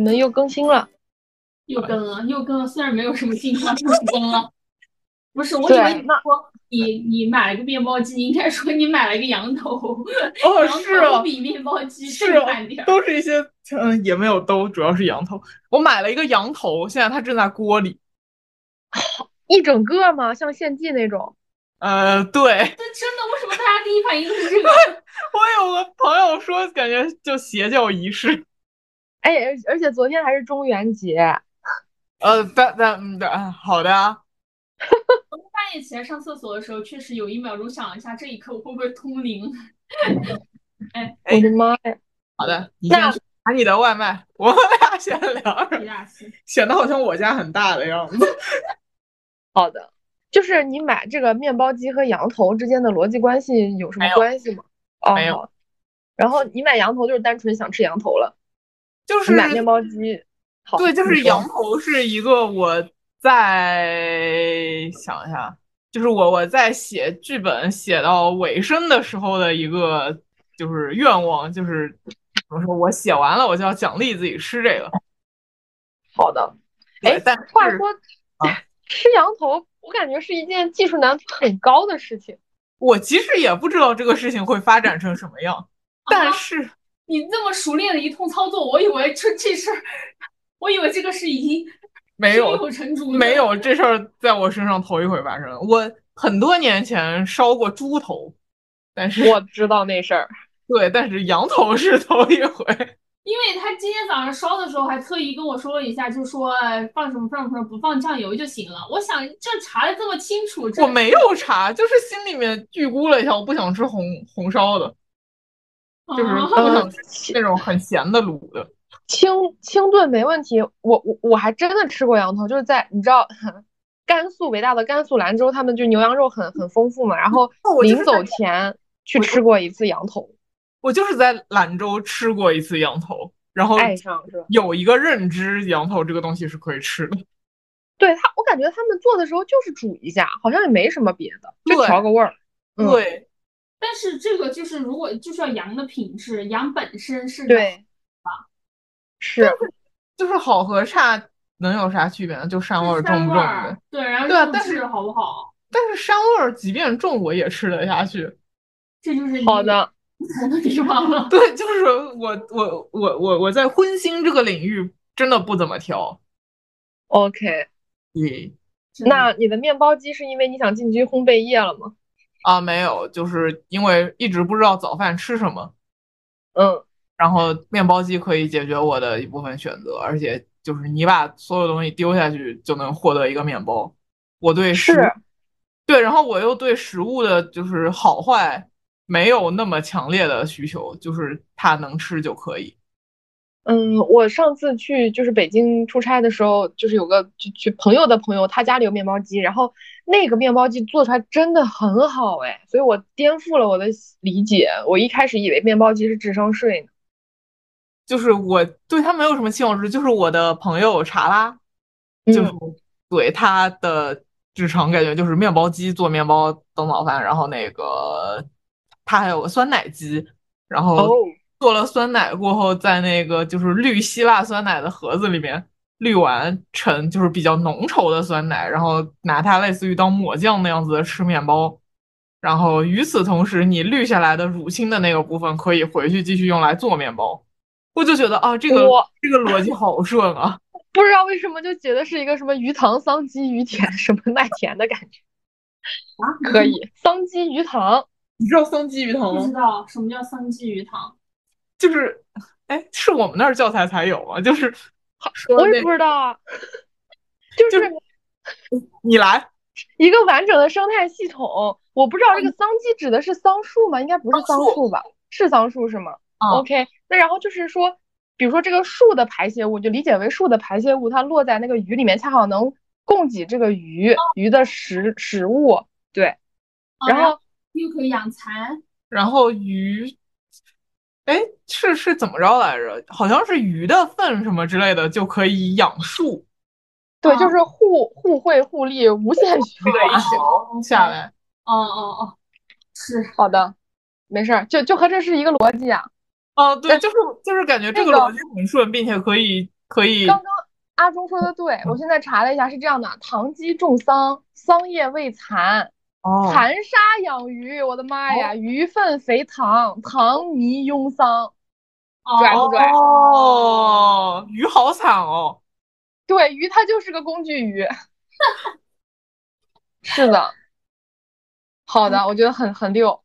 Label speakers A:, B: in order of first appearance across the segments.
A: 们又更新了。
B: 又更了，又更了，虽然没有什么进化，又更了。不是，我以为
A: 对
B: 你
A: 那
B: 说你你买了个面包机，你应该说你买了个羊头，
C: 哦，
B: 羊
C: 是
B: 头
C: 啊，
B: 比面包机
C: 是
B: 震
C: 啊
B: 撼点儿。
C: 都是一些，嗯，也没有都，主要是羊头。我买了一个羊头，现在它正在锅里。
A: 一整个吗？像献祭那种？
C: 呃，对，
B: 但真的，为什么大家第一反应都是这个？
C: 我有个朋友说，感觉就邪教仪式。
A: 哎，而而且昨天还是中元节，
C: 呃，但但嗯，对嗯好的啊，
B: 半夜起来上厕所的时候，确实有一秒钟想了一下，这一刻我会不会通灵？
A: 我的妈呀！
C: 哎好的，你
A: 那
C: 先去拿你的外卖，我们俩先聊着，
B: 李大师，
C: 显得好像我家很大的样子。
A: 好的，就是你买这个面包机和羊头之间的逻辑关系有什么
C: 没有
A: 关系吗？哦，
C: 没有
A: 好。然后你买羊头就是单纯想吃羊头了，
C: 就
A: 你
C: 是
A: 买面包机，好，
C: 对，就
A: 你
C: 是
A: 说
C: 羊头是一个我在想一下，就是我我在写剧本写到尾声的时候的一个就是愿望，就是怎么说我写完了我就要奖励自己吃这个。
A: 好的。
C: 对
A: 哎
C: 但
A: 话
C: 是
A: 说
C: 啊，
A: 吃羊头，我感觉是一件技术难度很高的事情。
C: 我其实也不知道这个事情会发展成什么样，但
B: 啊
C: 是
B: 你这么熟练的一通操作，我以为这这事儿，我以为这个是已经
C: 没有
B: 胸有成竹的，
C: 没有这事儿在我身上头一回发生。我很多年前烧过猪头，但是
A: 我知道那事儿，
C: 对，但是羊头是头一回。
B: 因为他今天早上烧的时候还特意跟我说了一下，就说哎放什么放什么，不放酱油就行了。我想这查的这么清楚，这
C: 我没有查，就是心里面预估了一下，我不想吃红红烧的，就是
B: 啊
C: 不想
A: 嗯
C: 吃那种很咸的卤的。
A: 清清炖没问题。我我我还真的吃过羊头，就是在你知道，甘肃北大的甘肃兰州，他们就牛羊肉很很丰富嘛。然后
C: 哦我就是
A: 临走前去吃过一次羊头，
C: 我就是在兰州吃过一次羊头，然后
B: 哎
A: 爱上是吧？
C: 有一个认知，羊头这个东西是可以吃的。
A: 对他，我感觉他们做的时候就是煮一下，好像也没什么别的，就
C: 对
A: 调个味儿。嗯
C: 对，
B: 但是这个就是如果就是要羊的品质，羊本身是
A: 对，是
C: 就是好和差能有啥区别呢？就膻味儿
B: 是
C: 重
B: 膻
C: 不
B: 味
C: 重
B: 儿
C: 呗。，
B: 对，然后
C: 对啊
B: 肉
C: 但是
B: 质好不好，
C: 但是膻味儿即便重，我也吃得下去。
B: 这就是
A: 好的。
B: 不同的地方了。
C: 对，就是我我我我我在荤腥这个领域真的不怎么挑。
A: OK，
B: 嗯
C: 对。
B: 真的
A: 那你的面包机是因为你想进军烘焙业了吗？
C: 啊，没有，就是因为一直不知道早饭吃什么，
A: 嗯，
C: 然后面包机可以解决我的一部分选择，而且就是你把所有东西丢下去就能获得一个面包。我对食
A: 是
C: 对，然后我又对食物的就是好坏没有那么强烈的需求，就是它能吃就可以。
A: 嗯，我上次去就是北京出差的时候，就是有个就去朋友的朋友，他家里有面包机，然后那个面包机做出来真的很好哎，所以我颠覆了我的理解，我一开始以为面包机是智商税呢。
C: 就是我对它没有什么期望值，就是我的朋友查拉，就是
A: 嗯
C: 对他的日常感觉就是面包机做面包当早饭，然后那个他还有个酸奶机，然
A: 哦
C: 后做了酸奶过后，在那个就是滤希腊酸奶的盒子里面滤完成就是比较浓稠的酸奶，然后拿它类似于当抹酱那样子的吃面包。然后与此同时，你滤下来的乳清的那个部分可以回去继续用来做面包。我就觉得啊，这个
A: 我
C: 这个逻辑好顺啊。
A: 不知道为什么就觉得是一个什么鱼塘桑基鱼田什么奈田的感觉，
B: 啊，
A: 可 以桑基鱼塘，
C: 你知道桑基鱼塘
B: 不知
C: 吗？
B: 道什么叫三基鱼塘，
C: 就是，哎，是我们那儿教材才有吗？就是说
A: 我
C: 那
A: 也不知道啊，就
C: 就是你来
A: 一个完整的生态系统。我不知道这个桑基指的是桑树吗？应该不是
C: 嗯桑
A: 桑
C: 树
A: 树吧？是桑树是吗
C: 嗯
A: ？OK，那然后就是说，比如说这个树的排泄物，就理解为树的排泄物，它落在那个鱼里面，恰好能供给这个鱼鱼的食食物。对，
B: 啊
A: 然后
B: 又可以养蚕，
C: 然后鱼，哎，是是怎么着来着？好像是鱼的粪什么之类的就可以养树，
A: 对，
B: 啊
A: 就是互互惠互利，无限循
C: 嗯对，一
A: 环。
C: 条下来。
B: 哦哦哦，是
A: 好的，没事儿，就就和这是一个逻辑啊。
C: 哦，对，
A: 哎
C: 就是就是感觉这个
A: 那个
C: 逻辑很顺，并且可以可以
A: 刚刚阿忠说的对，我现在查了一下，是这样的：唐鸡重桑，桑叶味残，
C: 哦
A: 残杀养鱼。我的妈呀，鱼粪肥塘，塘泥拥桑。拽不拽
C: 哦，鱼好惨哦，
A: 对，鱼它就是个工具鱼。 是的，好的，我觉得很很溜。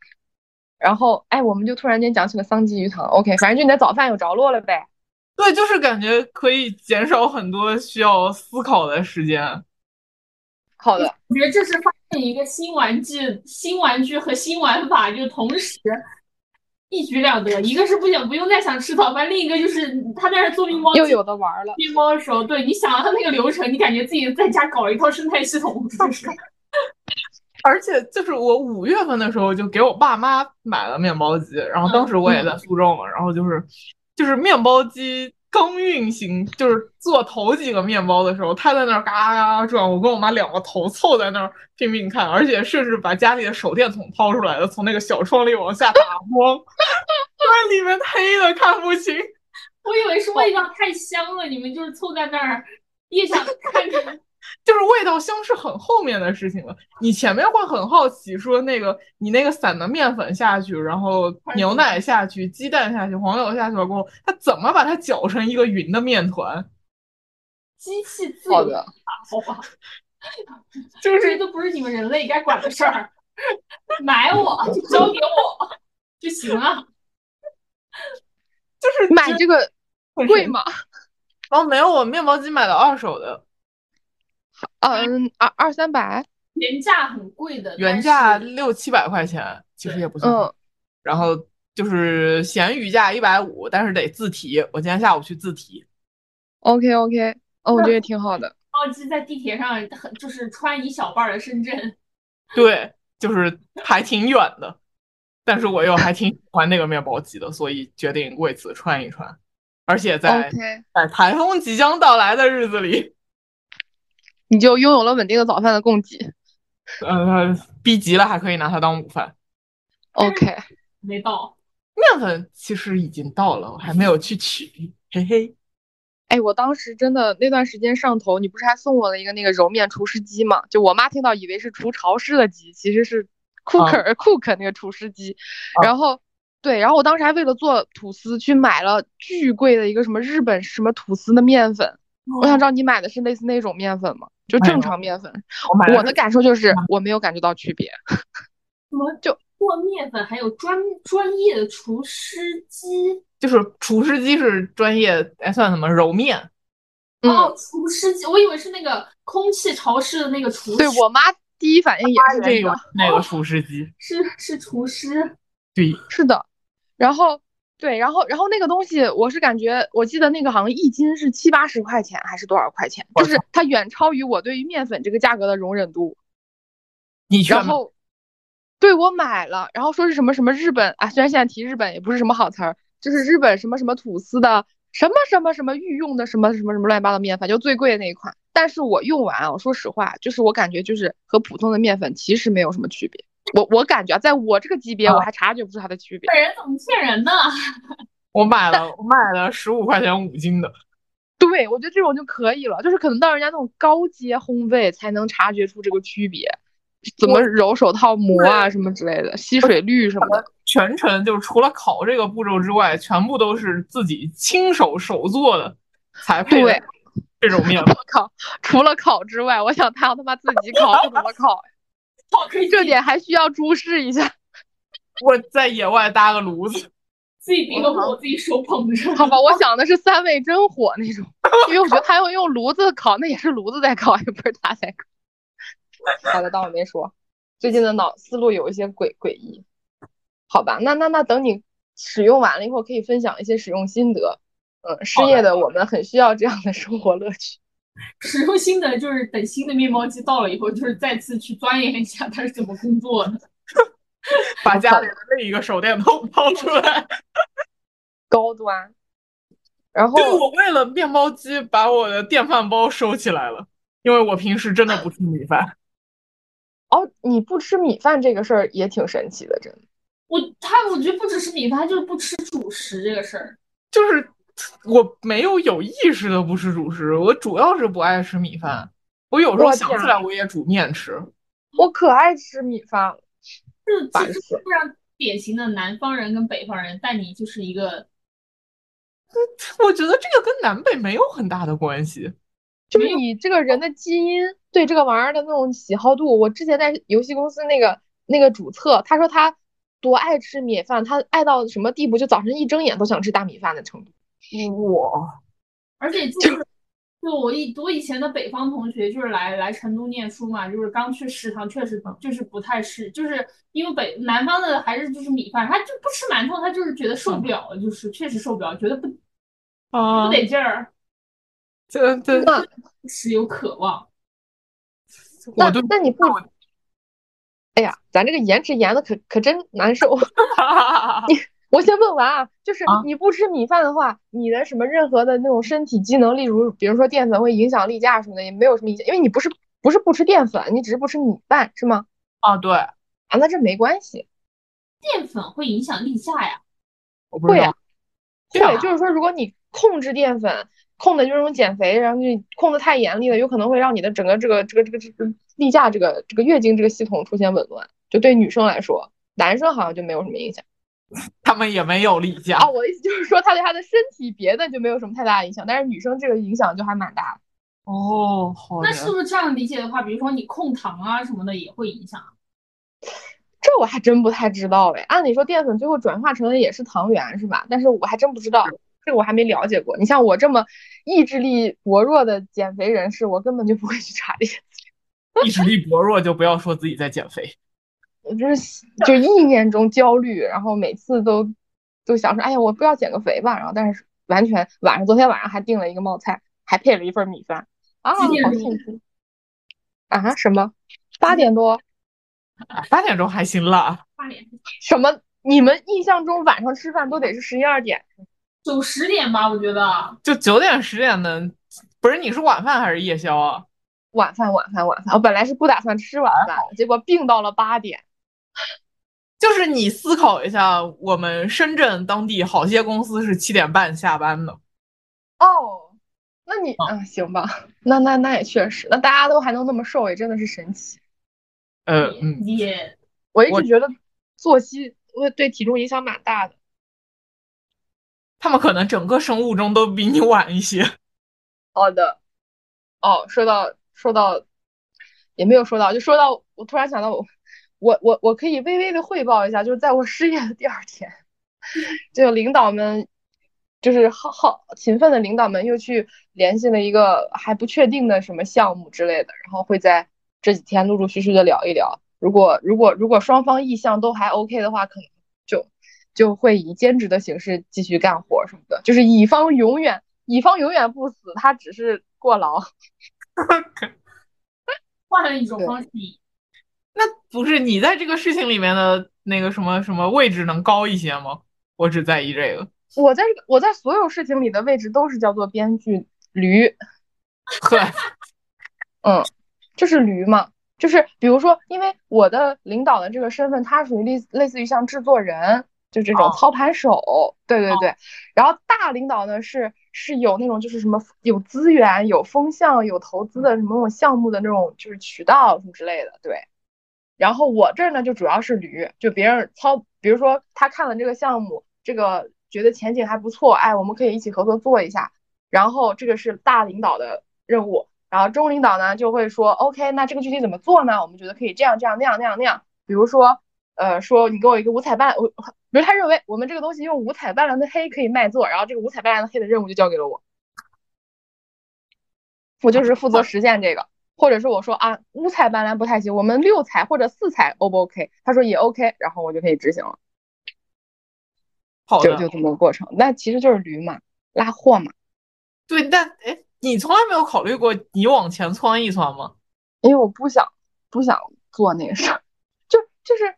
A: 然后，哎，我们就突然间讲起了桑基鱼塘。OK，反正就你的早饭有着落了呗。
C: 对，就是感觉可以减少很多需要思考的时间。
A: 好的，
B: 我觉得这是发现一个新玩具、新玩具和新玩法，就同时一举两得，一个是不想不用再想吃早饭，另一个就是他在那做面包
A: 又有的玩了。
B: 面包的时候，对你想了他那个流程，你感觉自己在家搞一套生态系 统，就是
C: 而且就是我五月份的时候就给我爸妈买了面包机，然后当时我也在苏州嘛，然后就是就是面包机刚运行，就是做头几个面包的时候，它在那儿嘎嘎嘎转，我跟我妈两个头凑在那儿拼命看，而且甚至把家里的手电筒掏出来了，从那个小窗里往下打光， 因为里面黑的看不清。
B: 我以为是味道太香了，你们就是凑在那儿也想看看。
C: 就是味道香是很后面的事情了，你前面会很好奇，说那个你那个散的面粉下去，然后牛奶下去，鸡蛋下去，黄油下去了过后，它怎么把它搅成一个匀的面团？
B: 机 器自
A: 好
B: 由
A: 的，
B: 好吧，
C: 就
B: 这
C: 是
B: 都不是你们人类该管的事儿，买我就交给我就行了。
C: 就是
A: 买这个贵？吗？
C: 哦，没有，我面包机买的二手的，啊
A: 嗯，二二三百。
B: 原价很贵的，
C: 原价
B: 但是
C: 六七百块钱，其实也不算。
A: 嗯，
C: 然后就是闲鱼价一百五，但是得自提。我今天下午去自提。
A: OK OK，哦，我觉得也挺好的。
B: 奥基在地铁上很就是穿一小半儿的深圳，
C: 对，就是还挺远的，但是我又还挺喜欢那个面包机的，所以决定为此穿一穿。而且在
A: OK，
C: 在台风即将到来的日子里，
A: 你就拥有了稳定的早饭 的供给。
C: 呃，逼急了还可以拿它当午饭。
A: OK，
B: 没到。
C: 面粉其实已经到了，我还没有去取，嘿嘿。
A: 哎，我当时真的那段时间上头，你不是还送我了一个那个揉面厨师机吗？就我妈听到以为是除潮湿的机，其实是
C: 啊
A: cooker、cook 那个厨师机。然后对，然后我当时还为了做吐司去买了巨贵的一个什么日本什么吐司的面粉。我
B: 嗯
A: 想知道你买的是类似那种面粉吗？就
C: 哦买
A: 正
C: 了
A: 常面粉。
C: 我买了
A: 我的感受就是我没有感觉到区别。
B: 什么
A: 就
B: 做面粉，还有专专业的厨师机
C: 就是厨师机是专业，哎，算什么揉面？
A: 嗯，
B: 哦，厨师机，我以为是那个空气潮湿的那个厨师，
A: 对我妈第一反应也是
C: 这
A: 这个
C: 有。那个厨师机，
B: 是是厨师，
C: 对，
A: 是的，然后对，然后然后那个东西，我是感觉，我记得那个好像一斤是七八十块钱还是多少块钱，
C: 我
A: 就是它远超于我对于面粉这个价格的容忍度。
C: 你去
A: 然后，对我买了，然后说是什么什么日本啊，虽然现在提日本也不是什么好词儿，就是日本什么什么吐司的什么什么什么御用的什么什么什么乱七八糟面粉，就最贵的那一款。但是我用完啊，我说实话，就是我感觉就是和普通的面粉其实没有什么区别。我我感觉啊在我这个级别，我还察觉不出它的区别。
B: 骗人怎么骗人呢？
C: 我买了，我买了十五块钱五斤的。
A: 对，我觉得这种就可以了，就是可能到人家那种高阶烘焙才能察觉出这个区别，怎么揉手套膜啊什么之类的，吸水率什么的。
C: 全程就是除了烤这个步骤之外，全部都是自己亲手手做的，才配
A: 对
C: 这种面
A: 我靠，除了烤之外，我想他要他妈自己烤，他怎么烤？
B: 好，可以
A: 这点还需要注视一下，
C: 我在野外搭个炉子，
B: 自己订个火，自己手捧着，
A: 好吧？我想的是三味真火那种，因为我觉得他要用炉子烤，那也是炉子在烤，也不是他在烤。好的，当我没说。最近的脑思路有一些诡诡异，好吧？那那那等你使用完了以后，可以分享一些使用心得。嗯，失
C: 好的
A: 业的我们很需要这样的生活乐趣。
B: 使用新的就是等新的面包机到了以后，就是再次去钻研一下它是怎么工作的。
C: 把家里的另一个手电筒掏出来。
A: 高端。然后
C: 对， 我为了面包机把我的电饭煲收起来了，因为我平时真的不吃米饭。
A: 哦，你不吃米饭这个事儿也挺神奇的，真的。
B: 我他我觉得不只是米饭，就是不吃主食这个事儿。
C: 就是我没有有意识的不吃主食，我主要是不爱吃米饭。我有时候
A: 我
C: 想起
A: 天
C: 来我也煮面吃，
A: 我可爱吃米饭了，
B: 就是
A: 烦
B: 其实
A: 死了
B: 非常典型的南方人跟北方人，但你就是一个
C: 我觉得这个跟南北没有很大的关系。
A: 就是你这个人的基因对这个玩意儿的那种喜好度。我之前在游戏公司那个那个主测，他说他多爱吃米饭，他爱到什么地步，就早晨一睁眼都想吃大米饭的程度。
C: 我
B: 而且就是，就我以我以前的北方同学，就是来来成都念书嘛，就是刚去食堂，确实就是不太适，就是因为北南方的还是就是米饭，他就不吃馒头，他就是觉得受不了，就是确实受不了，觉得不
C: 啊
B: 不，得劲儿，
C: 这这，
A: 那
B: 时有渴望。
C: 我
A: 那
C: 对
A: 那你不， 哎呀，咱这个延迟延的可可真难受。 我先问完啊，就是
C: 啊
A: 你不吃米饭的话，你的什么任何的那种身体机能，例如比如说淀粉会影响例假什么的，也没有什么影响，因为你不是不是不吃淀粉，你只是不吃米饭是吗？
C: 啊，对，
A: 啊，那这没关系。
B: 淀粉会影响例假呀，
C: 我不知
A: 会
C: 道
A: 啊，
C: 对啊
A: 就是说，如果你控制淀粉，控的就是那种减肥，然后你控的太严厉了，有可能会让你的整个这个这个这个这个例假这个这个月经这个系统出现紊乱。就对女生来说，男生好像就没有什么影响
C: 他们也没有例假
A: 啊。我的意思就是说，他对他的身体别的就没有什么太大的影响，但是女生这个影响就还蛮大的。
C: 哦，好
B: 那
C: 的，
B: 是不是这样理解的话，比如说你控糖啊什么的也会影响？
A: 这我还真不太知道哎。按理说淀粉最后转化成的也是糖原是吧？但是我还真不知道，这个我还没了解过。你像我这么意志力薄弱的减肥人士，我根本就不会去查这些。
C: 意志力薄弱就不要说自己在减肥。
A: 我就是就意念中焦虑，然后每次都都想说，哎呀，我不要减个肥吧，然后但是完全晚上昨天晚上还订了一个冒菜，还配了一份米饭啊，
B: 几点
A: 好
B: 钟嗯
A: 幸福啊！什么八点多？
C: 哎八点钟还行啦，
B: 八点
A: 什么？你们印象中晚上吃饭都得是十一二点？
B: 九十点吧，我觉得
C: 就九点十点的，不是你是晚饭还是夜宵啊？
A: 晚饭，晚饭，晚饭。我本来是不打算吃晚饭，结果病到了八点。
C: 就是你思考一下，我们深圳当地好些公司是七点半下班的，
A: 哦，那你啊，行吧，那那那也确实，那大家都还能那么瘦，也真的是神奇。
C: 呃，
B: 也
C: 嗯，
B: 也
A: 我一
C: 我
A: 直觉得作息会对体重影响蛮大的。
C: 他们可能整个生物钟都比你晚一些。
A: 好的，哦，说到说到，也没有说到，就说到，我突然想到我，我我我可以微微的汇报一下，就是在我失业的第二天，这个领导们就是好好勤奋的领导们又去联系了一个还不确定的什么项目之类的，然后会在这几天陆陆续续的聊一聊。如果如果如果双方意向都还 OK 的话，可能就就会以兼职的形式继续干活什么的，就是乙方永远乙方永远不死，他只是过劳。
B: 换了一种
A: 对
B: 方式以
C: 那不是你在这个事情里面的那个什么什么位置能高一些吗？我只在意这个。
A: 我在我在所有事情里的位置都是叫做编剧驴，
C: 对，
A: 嗯，就是驴嘛，就是比如说，因为我的领导的这个身份，他属于类类似于像制作人，就这种
C: 哦
A: 操盘手，对对对。然后大领导呢是是有那种就是什么有资源、有风向、有投资的什么那种项目的那种就是渠道什么之类的，对。然后我这儿呢，就主要是驴，就别人操，比如说他看了这个项目，这个觉得前景还不错，哎，我们可以一起合作做一下。然后这个是大领导的任务，然后中领导呢就会说，OK，那这个具体怎么做呢？我们觉得可以这样这样那样那样那样。比如说，呃，说你给我一个五彩斑斓，我比如他认为我们这个东西用五彩斑斓的黑可以卖座，然后这个五彩斑斓的黑的任务就交给了我，我就是负责实现这个。或者是我说啊，五彩斑斓不太行，我们六彩或者四彩 O 不 OK？他说也 OK，然后我就可以执行了，
C: 好
A: 就
C: 的，
A: 就这么个过程。那其实就是驴嘛，拉货嘛。
C: 对，但哎，你从来没有考虑过你往前窜一窜吗？
A: 因为我不想不想做那个事儿，就就是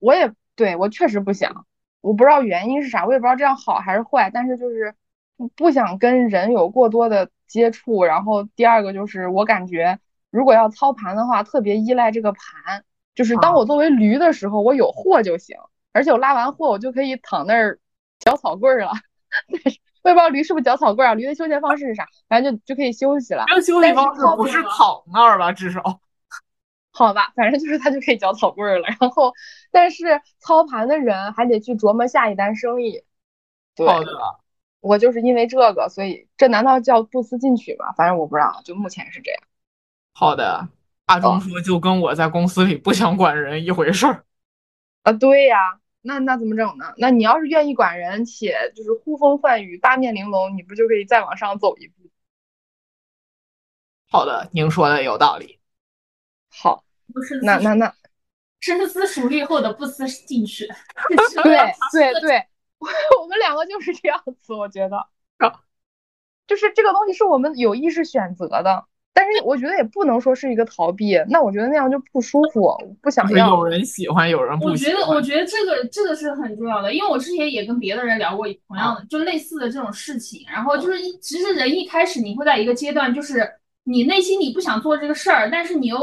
A: 我也对我确实不想，我不知道原因是啥，我也不知道这样好还是坏，但是就是不不想跟人有过多的接触。然后第二个就是我感觉，如果要操盘的话，特别依赖这个盘，就是当我作为驴的时候，我 有货就行，而且我拉完货，我就可以躺那儿小草棍儿了，我也不知道驴是不是嚼草棍啊，驴的休闲方式是啥，反正就就可以休息了。
C: 这个休息方式不是
B: 但是
C: 躺那儿吧？至少
A: 好吧，反正就是他就可以嚼草棍儿了。然后，但是操盘的人还得去琢磨下一单生意。对，
C: 好的，
A: 我就是因为这个，所以这难道叫不思进取吗？反正我不知道，就目前是这样。
C: 好的。阿忠说，就跟我在公司里不想管人一回事儿。
A: 啊，对呀、那那怎么整呢？那你要是愿意管人，且就是呼风唤雨、八面玲珑，你不就可以再往上走一步？
C: 好的，您说的有道理。
A: 好，
B: 不是
A: 那那那，
B: 深思熟虑后的不思进取，
A: 对对对， 我们两个就是这样子，我觉得
C: 啊，
A: 就是这个东西是我们有意识选择的，但是我觉得也不能说是一个逃避，那我觉得那样就不舒服，我不想
C: 就是
A: 要。
C: 有人喜欢，有人不
B: 我
C: 喜
B: 觉
C: 欢。
B: 得，我觉得这个这个是很重要的，因为我之前也跟别的人聊过同样的，就类似的这种事情。然后就是一，其实人一开始你会在一个阶段，就是你内心你不想做这个事儿，但是你又，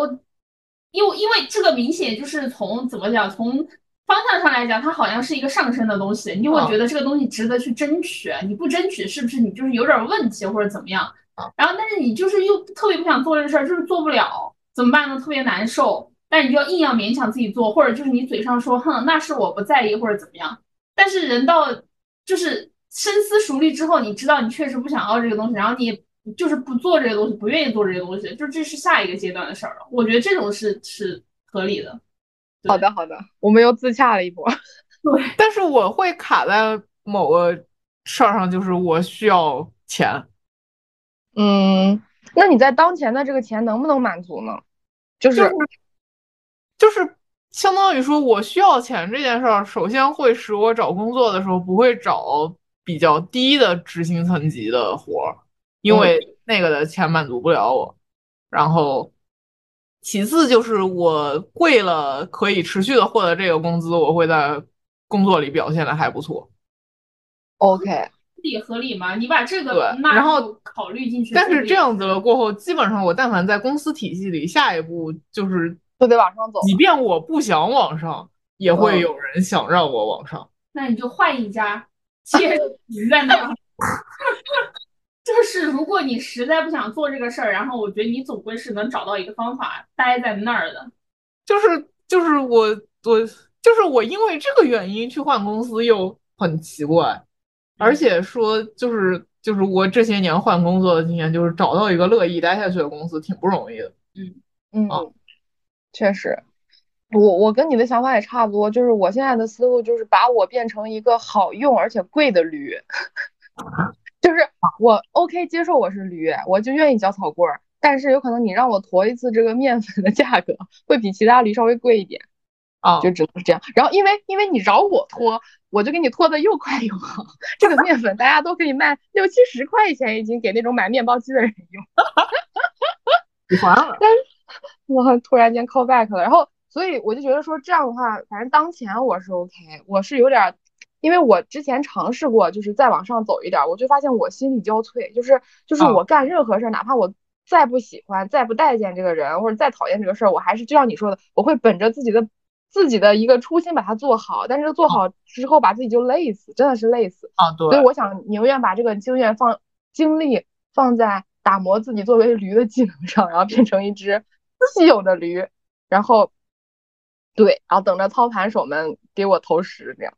B: 因为因为这个明显就是从怎么讲，从方向上来讲，它好像是一个上升的东西，你就会
A: 哦
C: 嗯
B: 觉得这个东西值得去争取。啊你不争取，是不是你就是有点问题或者怎么样？然后，但是你就是又特别不想做这个事儿，就是做不了，怎么办呢？特别难受，但你就要硬要勉强自己做，或者就是你嘴上说，哼，那是我不在意，或者怎么样。但是人到就是深思熟虑之后，你知道你确实不想要这个东西，然后你也就是不做这个东西，不愿意做这个东西，就这是下一个阶段的事儿了。我觉得这种是是合理的。
A: 好的好的，我们又自洽了一波。
C: 但是我会卡在某个事儿上，就是我需要钱。
A: 嗯，那你在当前的这个钱能不能满足呢？就
C: 就是是就是相当于说我需要钱这件事儿，首先会使我找工作的时候不会找比较低的执行层级的活儿，因为那个的钱满足不了我。然后，其次就是我为了可以持续的获得这个工资，我会在工作里表现的还不错。
A: OK，
B: 也合理吗？你把这个
C: 对
B: 纳
C: 然后
B: 入考虑进去，
C: 但是这样子
B: 的
C: 了过后，基本上我但凡在公司体系里，下一步就是，
A: 就得往上走。
C: 即便我不想往上，也
A: 嗯
C: 会有人想让我往上。
B: 那你就换一家，接 着停在那儿。 就是如果你实在不想做这个事儿，然后我觉得你总归是能找到一个方法待在那儿的。
C: 就是就是我我就是我因为这个原因去换公司又很奇怪，
B: 嗯
C: 而且说就是就是我这些年换工作的经验，就是找到一个乐意待下去的公司挺不容易的。
A: 嗯
C: 哦，
A: 确实，我我跟你的想法也差不多，就是我现在的思路就是把我变成一个好用而且贵的驴， 就是我 OK 接受我是驴，我就愿意嚼草棍儿，但是有可能你让我驮一次这个面粉的价格会比其他驴稍微贵一点，
C: 啊，
A: 就只能是这样。然后因为因为你饶我拖，我就给你拖的又快又好， 这个面粉大家都可以卖六七十块钱一斤给那种买面包机的人用。
C: 喜欢了，
A: 我突然间 call back 了，然后所以我就觉得说这样的话，反正当前我是 OK，我是有点儿，因为我之前尝试过，就是再往上走一点儿，我就发现我心力交瘁，就是就是
C: 啊
A: 我干任何事儿，哪怕我再不喜欢、再不待见这个人，或者再讨厌这个事儿，我还是就像你说的，我会本着自己的自己的一个初心把它做好，但是做好之后把自己就累死，真的是累死。
C: 啊，
A: 所以
C: 对，
A: 我想宁愿把这个经验放精力放在打磨自己作为驴的技能上，然后变成一只稀有的驴，然后对，然后等着操盘手们给我投食，这样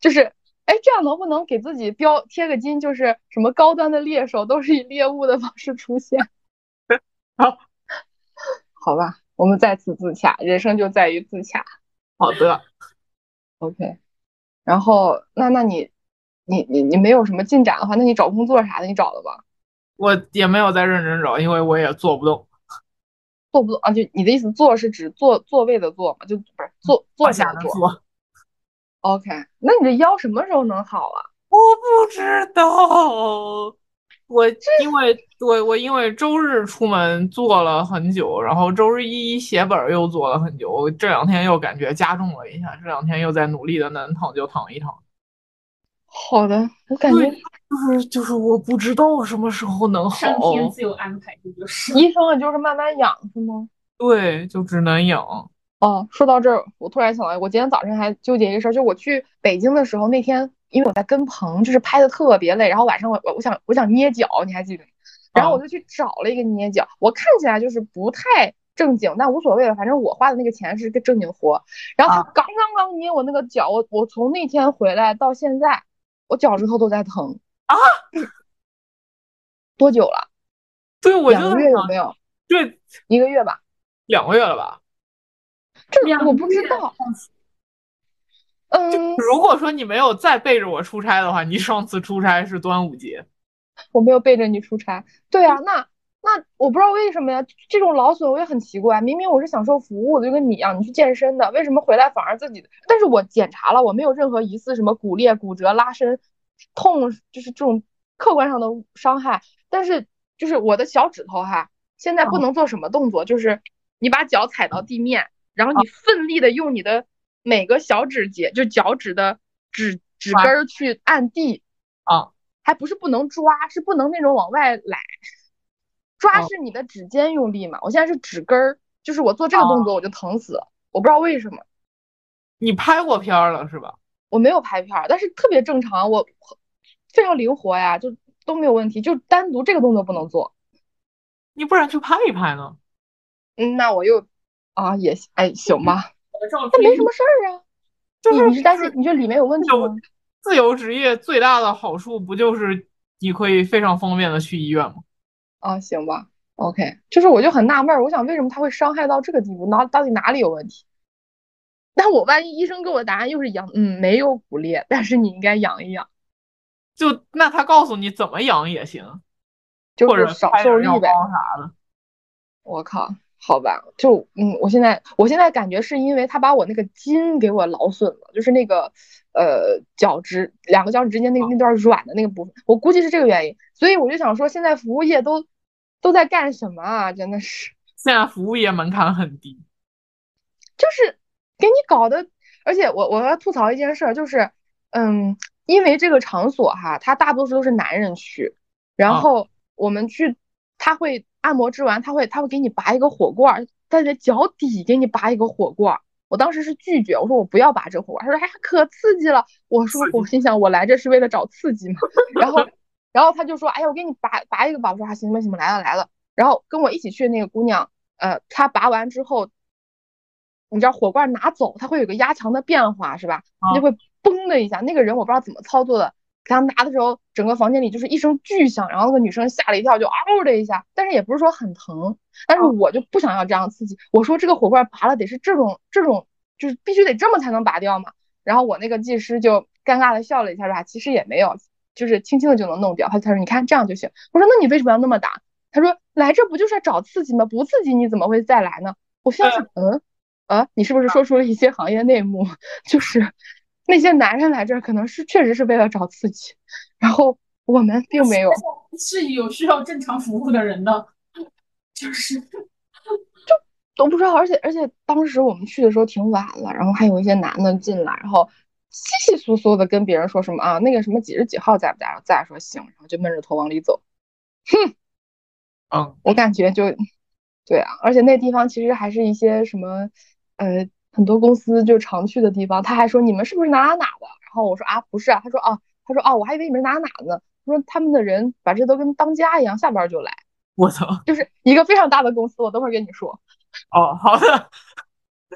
A: 就是。哎，这样能不能给自己标贴个金？就是什么高端的猎手都是以猎物的方式出现。
C: 好，
A: 好吧，我们再次自洽，人生就在于自洽。
C: 好的，
A: OK，然后那那你你你你没有什么进展的话，那你找工作啥的，你找了吧？
C: 我也没有再认真找，因为我也做不动，
A: 坐不坐啊？就你的意思，坐是指坐座位的坐嘛？就不是坐坐
C: 往
A: 下
C: 下
A: 的
C: 的
A: 坐。
C: 做，
A: OK，那你的腰什么时候能好啊？
C: 我不知道。我因为我我因为周日出门做了很久，然后周日一写本儿又做了很久，我这两天又感觉加重了一下，这两天又在努力的能躺就躺一躺。
A: 好的，我感
C: 对
A: 觉
C: 就是就是我不知道什么时候能好
B: 上，
A: 哦
B: 天自有安排，这就是。
A: 医生也就是慢慢养是吗？
C: 对，就只能养。
A: 哦，说到这儿，我突然想到，我今天早上还纠结一个事儿，就我去北京的时候，那天因为我在跟棚，就是拍的特别累，然后晚上我我我想我想捏脚，你还记得？然
C: 啊
A: 后我就去找了一个捏脚，我看起来就是不太正经，但无所谓了，反正我花的那个钱是个正经活。然后
C: 啊
A: 他刚刚刚捏我那个脚，我我从那天回来到现在，我脚趾头都在疼
C: 啊！
A: 多久了？
C: 对，我就
A: 两个月有没有？
C: 对，
A: 一个月吧，
C: 两个月了吧？
A: 这我不知道。嗯，
C: 如果说你没有再背着我出差的话，你上次出差是端午节。
A: 我没有背着你出差，对啊，那那我不知道为什么呀，这种劳损我也很奇怪。明明我是享受服务的，就跟你一样，你去健身的，为什么回来反而自己？但是我检查了，我没有任何疑似什么骨裂、骨折、拉伸、痛，就是这种客观上的伤害。但是就是我的小指头哈，现在不能做什么动作，就是你把脚踩到地面，然后你奋力的用你的每个小指节，就脚趾的指指根儿去按地
C: 啊。
A: 还不是不能抓，是不能那种往外揽。抓是你的指尖用力嘛？Oh. 我现在是指根儿，就是我做这个动作我就疼死，oh. 我不知道为什么。
C: 你拍过片儿了是吧？
A: 我没有拍片儿，但是特别正常，我非常灵活呀，就都没有问题。就单独这个动作不能做，
C: 你不然去拍一拍呢？
A: 嗯，那我又啊也哎行吧，
B: 那
A: 没什么事儿啊。
C: 就是、
A: 你你是担心你觉得里面有问题吗？
C: 自由职业最大的好处不就是你可以非常方便的去医院吗？
A: 啊，行吧，OK，就是我就很纳闷，我想为什么他会伤害到这个地步，哪到底哪里有问题？但我万一医生给我答案又是养，嗯，没有骨裂，但是你应该养一养。
C: 就那他告诉你怎么养也行，
A: 就
C: 或者
A: 少受力呗，
C: 啥的。
A: 我靠，好吧，就嗯，我现在我现在感觉是因为他把我那个筋给我劳损了，就是那个。呃，脚趾两个脚趾之间那那段软的那个部分，我估计是这个原因，所以我就想说，现在服务业都都在干什么啊？真的是，
C: 现在服务业门槛很低，
A: 就是给你搞的。而且我我要吐槽一件事，就是嗯，因为这个场所哈，它大多数都是男人去，然后我们去，他会按摩之完，他会他会给你拔一个火罐，在你的脚底给你拔一个火罐。我当时是拒绝，我说我不要拔这火罐，他说哎可刺激了，我说我心想我来这是为了找刺激 嘛，然后然后他就说哎呀我给你拔拔一个吧，我说啊行吧行吧来了来了，然后跟我一起去那个姑娘，呃她拔完之后，你知道火罐拿走它会有个压强的变化是吧？它就会嘣的一下，那个人我不知道怎么操作的，给他拿的时候整个房间里就是一声巨响，然后那个女生吓了一跳就嗷的一下，但是也不是说很疼。但是我就不想要这样刺激。我说这个火罐拔了得是这种这种，就是必须得这么才能拔掉嘛。然后我那个技师就尴尬的笑了一下，说其实也没有，就是轻轻的就能弄掉。他他说你看这样就行。我说那你为什么要那么打？他说来这不就是找刺激吗？不刺激你怎么会再来呢？我心想嗯啊，你是不是说出了一些行业内幕？ 就是那些男人来这儿可能是确实是为了找刺激，然后我们并没有
B: 是有需要正常服务的人的。 就是，
A: 就都不知道，而且而且当时我们去的时候挺晚了，然后还有一些男的进来，然后稀稀疏疏的跟别人说什么啊，那个什么几十几号在不在？在说行，然后就闷着头往里走。哼，
C: 嗯，
A: 我感觉就，对啊，而且那地方其实还是一些什么，呃，很多公司就常去的地方。他还说你们是不是哪哪哪的？然后我说啊不是啊，他说啊，他说哦、啊、我还以为你们是哪哪的呢。他说他们的人把这都跟当家一样，下班就来。
C: 我操，
A: 就是一个非常大的公司，我等会儿跟你说。
C: 哦，好的。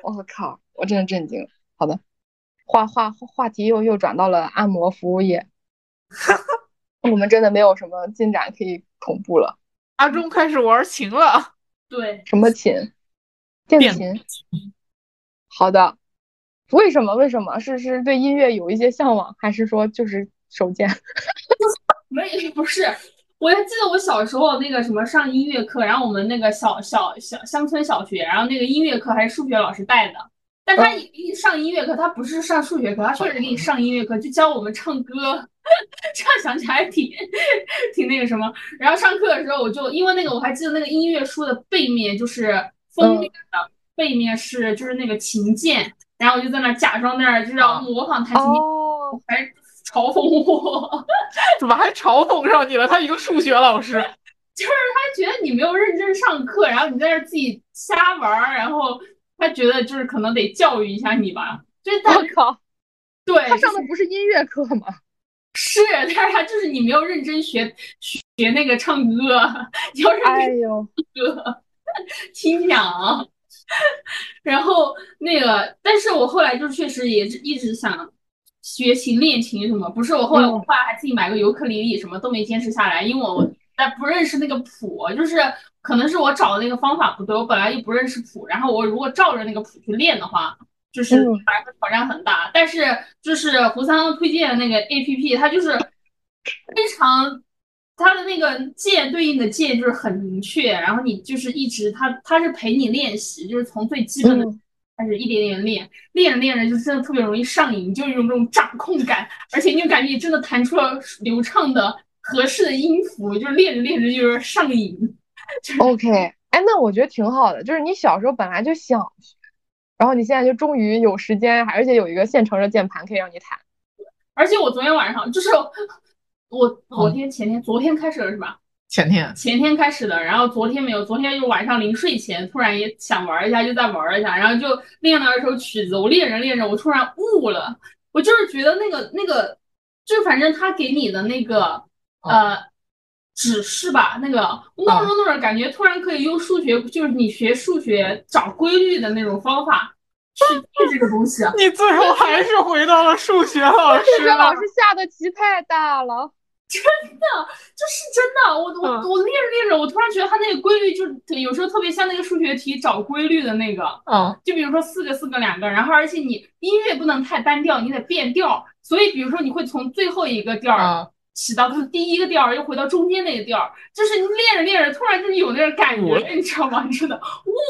A: 我、哦、靠，我真的震惊。好的，话话话题又又转到了按摩服务业， 我们真的没有什么进展可以同步了。
C: 阿忠开始玩琴了，
B: 对，
A: 什么琴？电琴。
C: 电
A: 好的。为什么？为什么？是是对音乐有一些向往，还是说就是 手贱？
B: 没 不是。我还记得我小时候那个什么上音乐课，然后我们那个小小小乡村小学，然后那个音乐课还是数学老师带的，但他给你上音乐课，他不是上数学课，他确实给你上音乐课，就教我们唱歌， 这样想起来挺 挺那个什么。然后上课的时候，我就因为那个我还记得那个音乐书的背面就是封面的背面是就是那个琴键，然后我就在那假装那儿就是要模仿弹
A: 哦
B: 琴，还。嘲讽我，
C: 怎么还嘲讽上你了？他一个数学老师，
B: 就是他觉得你没有认真上课，然后你在这自己瞎
A: 哦
B: 玩儿，然后他觉得就是可能得教育一下你吧。就是
A: 我靠，
B: 对，
A: 他上的不是音乐课吗？
B: 是，但是他就是你没有认真学学那个唱歌，你要认真
A: 哎呦，
B: 歌， 听讲。啊然后那个，但是我后来就确实也是一直想学琴、练琴什么。不是我后来我
A: 嗯
B: 爸还自己买个尤克里里，什么都没坚持下来，因为我在不认识那个谱，就是可能是我找的那个方法不对，我本来就不认识谱，然后我如果照着那个谱去练的话，就是
A: 嗯
B: 反正挑战很大。但是就是胡三刚推荐的那个 A P P，它就是非常它的那个键对应的键就是很明确，然后你就是一直它它是陪你练习，就是从最基本的
A: 嗯
B: 开始一点点练，练着练着就真的特别容易上瘾，你就有一种这种掌控感，而且你就感觉你真的弹出了流畅的合适的音符，就是练着练着就是上瘾。
A: OK，哎，那我觉得挺好的，就是你小时候本来就想学，然后你现在就终于有时间，而且有一个现成的键盘可以让你弹。
B: 而且我昨天晚上就是我昨天前天昨天开始了是吧？
C: 前天
B: 前天开始的，然后昨天没有，昨天就晚上临睡前突然也想玩一下，就再玩一下，然后就练了一首曲子。我练着练着，我突然悟了，我就是觉得那个那个，就反正他给你的那个呃指示吧，那个我弄着弄着，感觉突然可以用数学，就是你学数学找规律的那种方法去记这个东西。啊
C: 你最后还是回到了数学老
A: 数
C: 师
A: 学老
C: 了
A: 师。下的棋太大了，
B: 这是真的，我我
C: 嗯
B: 我练着练着，我突然觉得它那个规律就是有时候特别像那个数学题找规律的那个，
C: 嗯，
B: 就比如说四个四个两个，然后而且你音乐不能太单调，你得变调，所以比如说你会从最后一个调儿
C: 啊，
B: 起到第一个调儿，又回到中间那个调儿，就是你练着练着，突然就是有那个感
C: 悟了
B: 觉，你知道吗？真的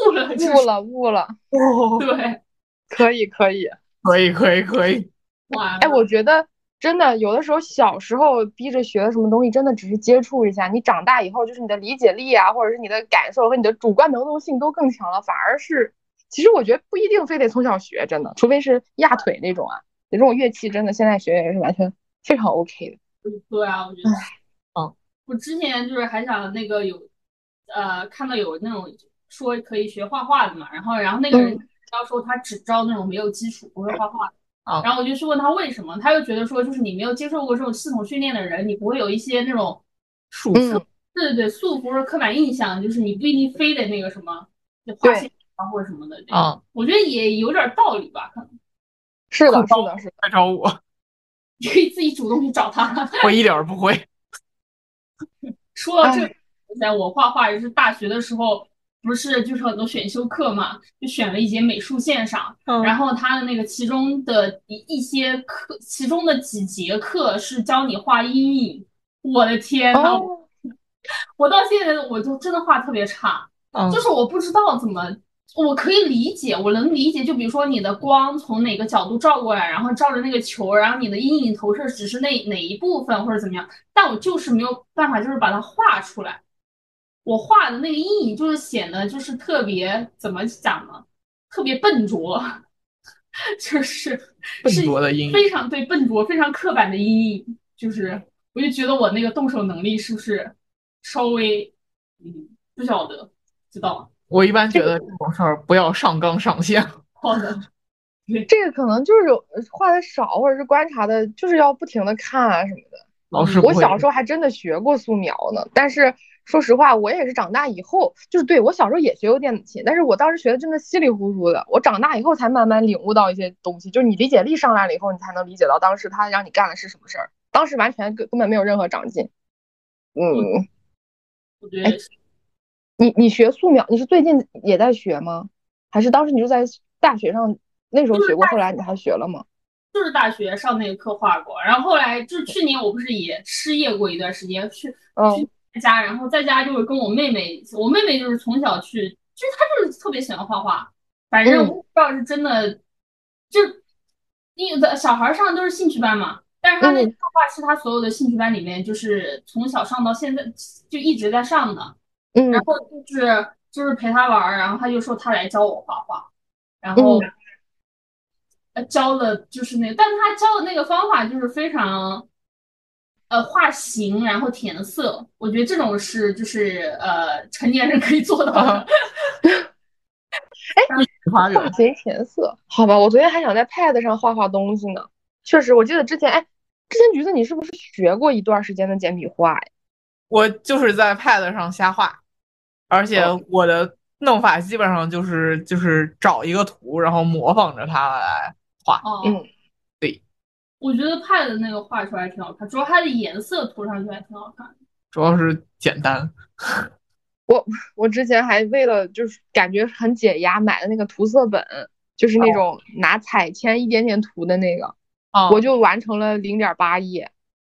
B: 悟了，就是
A: 悟了悟了，
C: 哦，
B: 对，
A: 可以可以。
C: 可以可以可以，
B: 哇，
A: 哎，我觉得真的有的时候小时候逼着学的什么东西，真的只是接触一下。你长大以后，就是你的理解力啊，或者是你的感受和你的主观能动性都更强了，反而是，其实我觉得不一定非得从小学，真的，除非是压腿那种啊，有这种乐器真的现在学也是完全非常 OK 的。
B: 对啊，我觉得
A: 唉，
C: 嗯，
A: 哦
B: 我之前就是还想那个有，呃，看到有那种说可以学画画的嘛，然后然后那个人
A: 嗯
B: 要说他只招那种没有基础不会画画的，
A: 哦
C: 嗯
B: 然后我就去问他为什么，他又觉得说就是你没有接受过这种系统训练的人，你不会有一些那种
C: 数
A: 嗯，
B: 对对对束缚或者刻板印象，就是你不一定非得那个什么，就画
A: 对哦
B: 线条或者什么的，对
C: 啊，
B: 我觉得也有点道理吧，可能
A: 是的，
C: 很
A: 是
C: 棒
A: 的，是的。
C: 来找我，
B: 你可以自己主动去找他。
C: 我一点儿不会。
B: 说到这
A: 哎
B: 个，在我画画也是大学的时候，不是就是很多选修课嘛，就选了一节美术鉴赏，然
C: 嗯
B: 后它的那个其中的一一些课，其中的几节课是教你画阴影。我的天呐，
A: 哦，
B: 我到现在我就真的画特别差，
C: 嗯
B: 就是我不知道怎么。我可以理解，我能理解。就比如说你的光从哪个角度照过来，然后照着那个球，然后你的阴影投射只是那哪一部分或者怎么样，但我就是没有办法，就是把它画出来。我画的那个阴影就是显得就是特别怎么讲呢，特别笨拙， 就是
C: 笨拙的阴影
B: 是非常对笨拙、非常刻板的阴影。就是我就觉得我那个动手能力是不是稍微嗯不晓得，知道吗？
C: 我一般觉得这种事儿不要上纲上线。
B: 好的，
A: 这个可能就是有画的少，或者是观察的，就是要不停的看啊什么的。
C: 老师不
A: 我
C: 会
A: 小时候还真的学过素描呢，但是说实话，我也是长大以后，就是对我小时候也学过电子琴，但是我当时学的真的稀里糊涂的，我长大以后才慢慢领悟到一些东西，就是你理解力上来了以后，你才能理解到当时他让你干的是什么事儿，当时完全根根本没有任何长进。嗯，
B: 我觉得是
A: 你你学素描，你是最近也在学吗？还是当时你就在大学上那时候学过，后来你还学了吗？
B: 就是大学上那个课画过，然后后来就是去年我不是也失业过一段时间，去
A: 嗯
B: 在家，然后在家就是跟我妹妹，我妹妹就是从小去，就是她就是特别喜欢画画，反正
A: 嗯
B: 我不知道是真的，就因为的小孩上的都是兴趣班嘛，但是她那
A: 嗯
B: 个画画是她所有的兴趣班里面，就是从小上到现在就一直在上的，
A: 嗯
B: 然后就是就是陪他玩儿，然后他就说他来教我画画，然后
A: 嗯
B: 呃教的就是那个，但他教的那个方法就是非常呃画形，然后填色，我觉得这种是就是呃成年人可以做到的。
C: 花园
A: 画，形填色，好吧，我昨天还想在 Pad 上画画东西呢，确实，我记得之前，哎，之前橘子你是不是学过一段时间的简笔画呀？
C: 我就是在 Pad 上瞎画，而且
A: 哦
C: 我的弄法基本上就是就是找一个图，然后模仿着它来画。
B: 哦，
A: 嗯，
C: 对，
B: 我觉得 Pad 的那个画出来挺好看，主要它的颜色涂上去还挺好看的。
C: 主要是简单，
A: 我之前还为了就是感觉很解压，买的那个涂色本，就是那种拿彩铅一点点涂的那个，
C: 啊，
A: 我就完成了零点八页，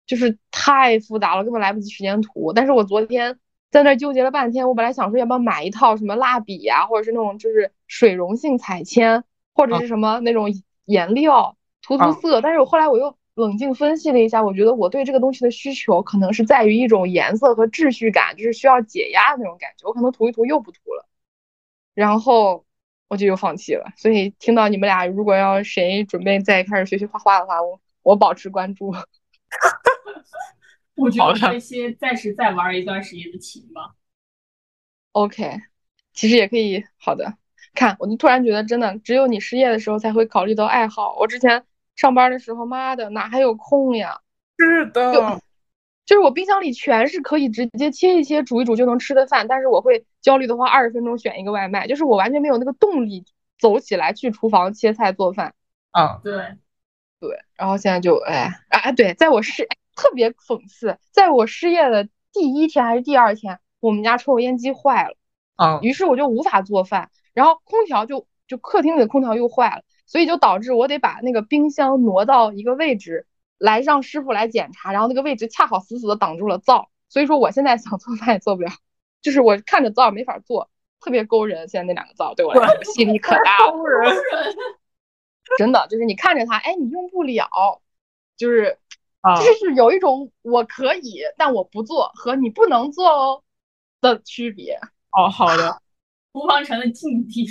A: 就是太复杂了，根本来不及时间涂。但是我昨天在那儿纠结了半天，我本来想说要不要买一套什么蜡笔呀、或者是那种就是水溶性彩铅，或者是什么那种颜料涂涂
C: 啊
A: 色，但是我后来我又。冷静分析了一下，我觉得我对这个东西的需求可能是在于一种颜色和秩序感，就是需要解压的那种感觉。我可能涂一涂又不涂了，然后我就又放弃了。所以听到你们俩如果要谁准备再开始学习画画的话，我我保持关注。
B: 我觉
C: 好
B: 得
C: 看
B: 可以先暂时再玩一段时间的琴吧。
A: OK，其实也可以。好的，看，我就突然觉得，真的只有你失业的时候才会考虑到爱好。我之前上班的时候，妈的，哪还有空呀？
C: 是的，
A: 就是我冰箱里全是可以直接切一切、煮一煮就能吃的饭，但是我会焦虑的话，二十分钟选一个外卖，就是我完全没有那个动力走起来去厨房切菜做饭。
C: 啊，
B: 对，
A: 然后现在就哎啊对，在我失哎特别讽刺，在我失业的第一天还是第二天，我们家抽油烟机坏了，
C: 啊，
A: 于是我就无法做饭，然后空调就就客厅里的空调又坏了，所以就导致我得把那个冰箱挪到一个位置来让师傅来检查，然后那个位置恰好死死的挡住了灶，所以说我现在想做饭也做不了，就是我看着灶没法做，特别勾人。现在那两个灶对我来说吸引力可大了。
C: 工人
A: 真的就是你看着它，哎，你用不了，就是
C: 啊
A: 就是有一种我可以，但我不做和你不能做哦的区别。
C: 哦，好的，
B: 厨房成了禁地。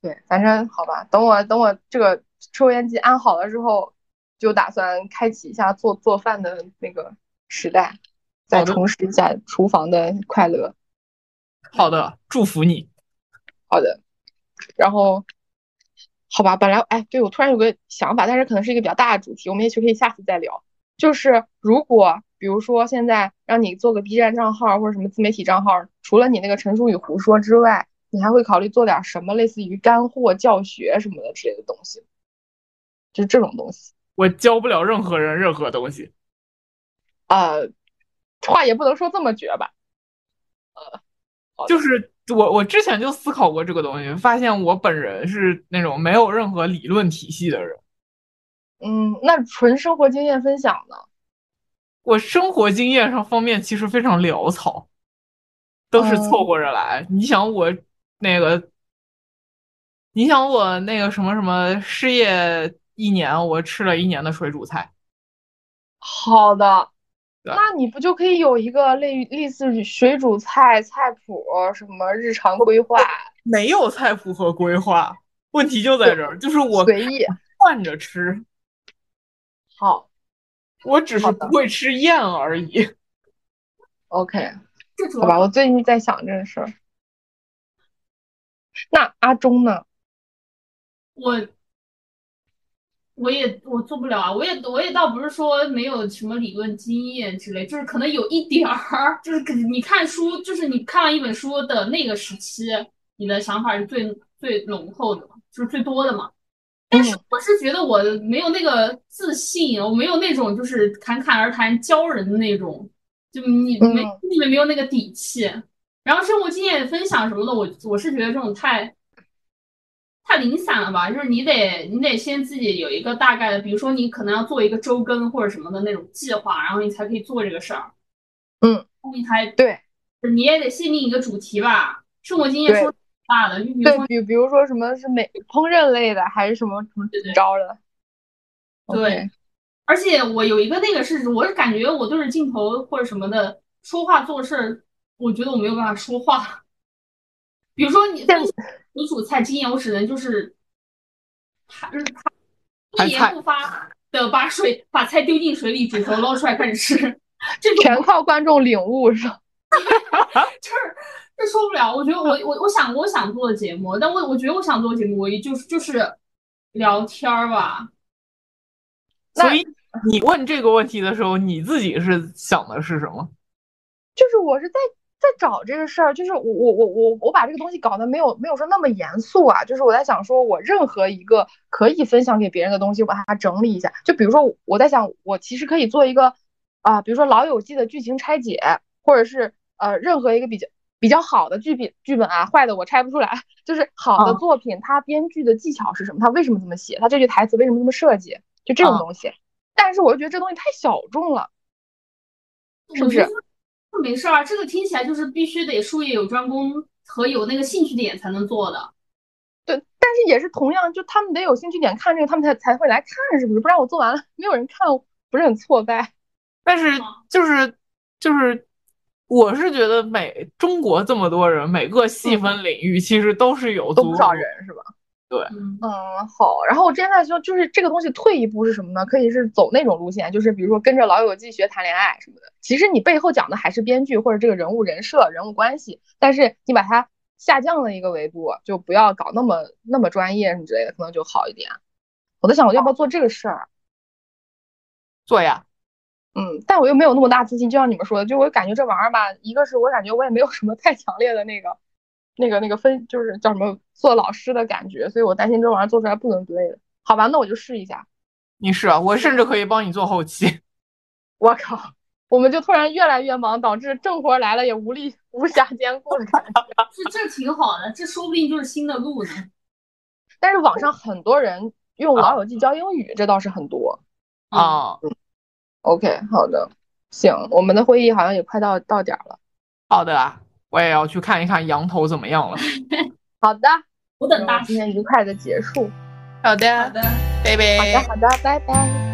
A: 对，反正好吧，等我等我这个抽烟机安好了之后，就打算开启一下做做饭的那个时代，再
C: 好的
A: 重拾一下厨房的快乐。
C: 好的，祝福你。
A: 好的，然后好吧，本来哎，对我突然有个想法，但是可能是一个比较大的主题，我们也许可以下次再聊。就是如果比如说现在让你做个 B 站账号或者什么自媒体账号，除了你那个陈述与胡说之外，你还会考虑做点什么类似于干货教学什么的之类的东西，就是这种东西。
C: 我教不了任何人任何东西，
A: 呃，话也不能说这么绝吧。
C: 就是我我之前就思考过这个东西，发现我本人是那种没有任何理论体系的人。
A: 嗯，那纯生活经验分享呢？
C: 我生活经验上方面其实非常潦草，都是
A: 哦
C: 凑合着来。你想我那个，你想我那个什么什么失业一年，我吃了一年的水煮菜。
A: 好的，
C: 对
A: 那你不就可以有一个类类似于水煮菜菜谱，什么日常规划，
C: 没有菜谱和规划，问题就在这儿，就是我
A: 随意。
C: 换着吃，
A: 好
C: 我只是
A: 好
C: 不
A: 的
C: 会吃厌而已。
A: ，OK，
B: 这主
A: 好吧，
B: 要
A: 我最近在想这个事儿。那阿忠呢？
B: 我我也我做不了啊，我也我也倒不是说没有什么理论经验之类，就是可能有一点儿， 就是可你看书，就是你看完一本书的那个时期，你的想法是最最浓厚的嘛，就是最多的嘛。但
A: 嗯
B: 是我是觉得我没有那个自信，我没有那种就是侃侃而谈教人的那种，就你
A: 嗯
B: 没你们没有那个底气。然后生活经验分享什么的，我我是觉得这种太太零散了吧，就是你得你得先自己有一个大概的，比如说你可能要做一个周更或者什么的那种计划，然后你才可以做这个事儿。
A: 嗯，
B: 你才
A: 对
B: 你也得限定一个主题吧。生活经验
A: 对
B: 说挺大的，就比如
A: 对
B: 说，
A: 比比如说什么是美烹饪类的，还是什么什么
B: 对对
A: 招的？
B: 对而且我有一个那个是，我是感觉我对着镜头或者什么的说话做事儿，我觉得我没有办法说话。比如说你
A: 但
B: 你煮菜经验，我只能就是他他
C: 盘
B: 一言
C: 菜
B: 不发的把水把菜丢进水里煮熟捞出来开始吃， 这种
A: 全靠观众领悟是吧？
B: 就是这受不了。我觉得我我我想我想做的节目，但我我觉得我想做的节目，我也就是就是聊天儿吧。
A: 那
C: 所以你问这个问题的时候，你自己是想的是什么？
A: 就是我是在在找这个事儿，就是我我我我我把这个东西搞得没有没有说那么严肃啊，就是我在想说，我任何一个可以分享给别人的东西，我把它整理一下。就比如说我在想，我其实可以做一个啊、比如说《老友记》的剧情拆解，或者是呃任何一个比较比较好的剧本剧本啊，坏的我拆不出来， 就是好的
C: 嗯
A: 作品，它编剧的技巧是什么？它为什么这么写？它这句台词为什么这么设计？就这种
C: 嗯
A: 东西。但是我又觉得这东西太小众了，是
B: 我
A: 不
B: 觉
A: 是
B: 得没事儿啊，这个听起来就是必须得术业有专攻和有那个兴趣点才能做的。
A: 但是也是同样，就他们得有兴趣点看这个，他们才才会来看，是不是？不然我做完了没有人看，不是很挫败？
C: 但是
B: 吗
C: 就是就是，我是觉得每中国这么多人，每个细分领域其实都是有
A: 都
C: 足
A: 不
C: 够
A: 少人是吧？
B: 嗯，
A: 嗯，好。然后我之前在说，就是这个东西退一步是什么呢？可以是走那种路线，就是比如说跟着《老友记》学谈恋爱什么的。其实你背后讲的还是编剧或者这个人物人设、人物关系，但是你把它下降了一个维度，就不要搞那么那么专业什么之类的，可能就好一点。我在想，我要不要做这个事儿？
C: 做呀。
A: 嗯，但我又没有那么大自信，就像你们说的，就我感觉这玩意儿吧，一个是我感觉我也没有什么 太强烈的那个、那个、那个分，就是叫什么做老师的感觉，所以我担心这玩意儿做出来不伦不类的。好吧，那我就试一下。
C: 你是啊，我甚至可以帮你做后期。
A: 我靠，我们就突然越来越忙，导致正活儿来了也无力无暇兼顾的感觉。
B: 这这挺好的，这说不定就是新的路呢。
A: 但是网上很多人用老友记教英语，这倒是很多。
B: 啊，
C: 啊、
A: OK，好的，行，我们的会议好像也快到到点儿了。
C: 好的啊，我也要去看一看羊头怎么样了。
A: 好的，
B: 我
A: 那
B: 等
A: 我
B: 大
A: 们今
B: 师。
A: 天愉快的结束。
C: 好
B: 好
C: 的，
B: 的。
C: 拜
A: 好
C: 拜
A: 的，好的，拜拜。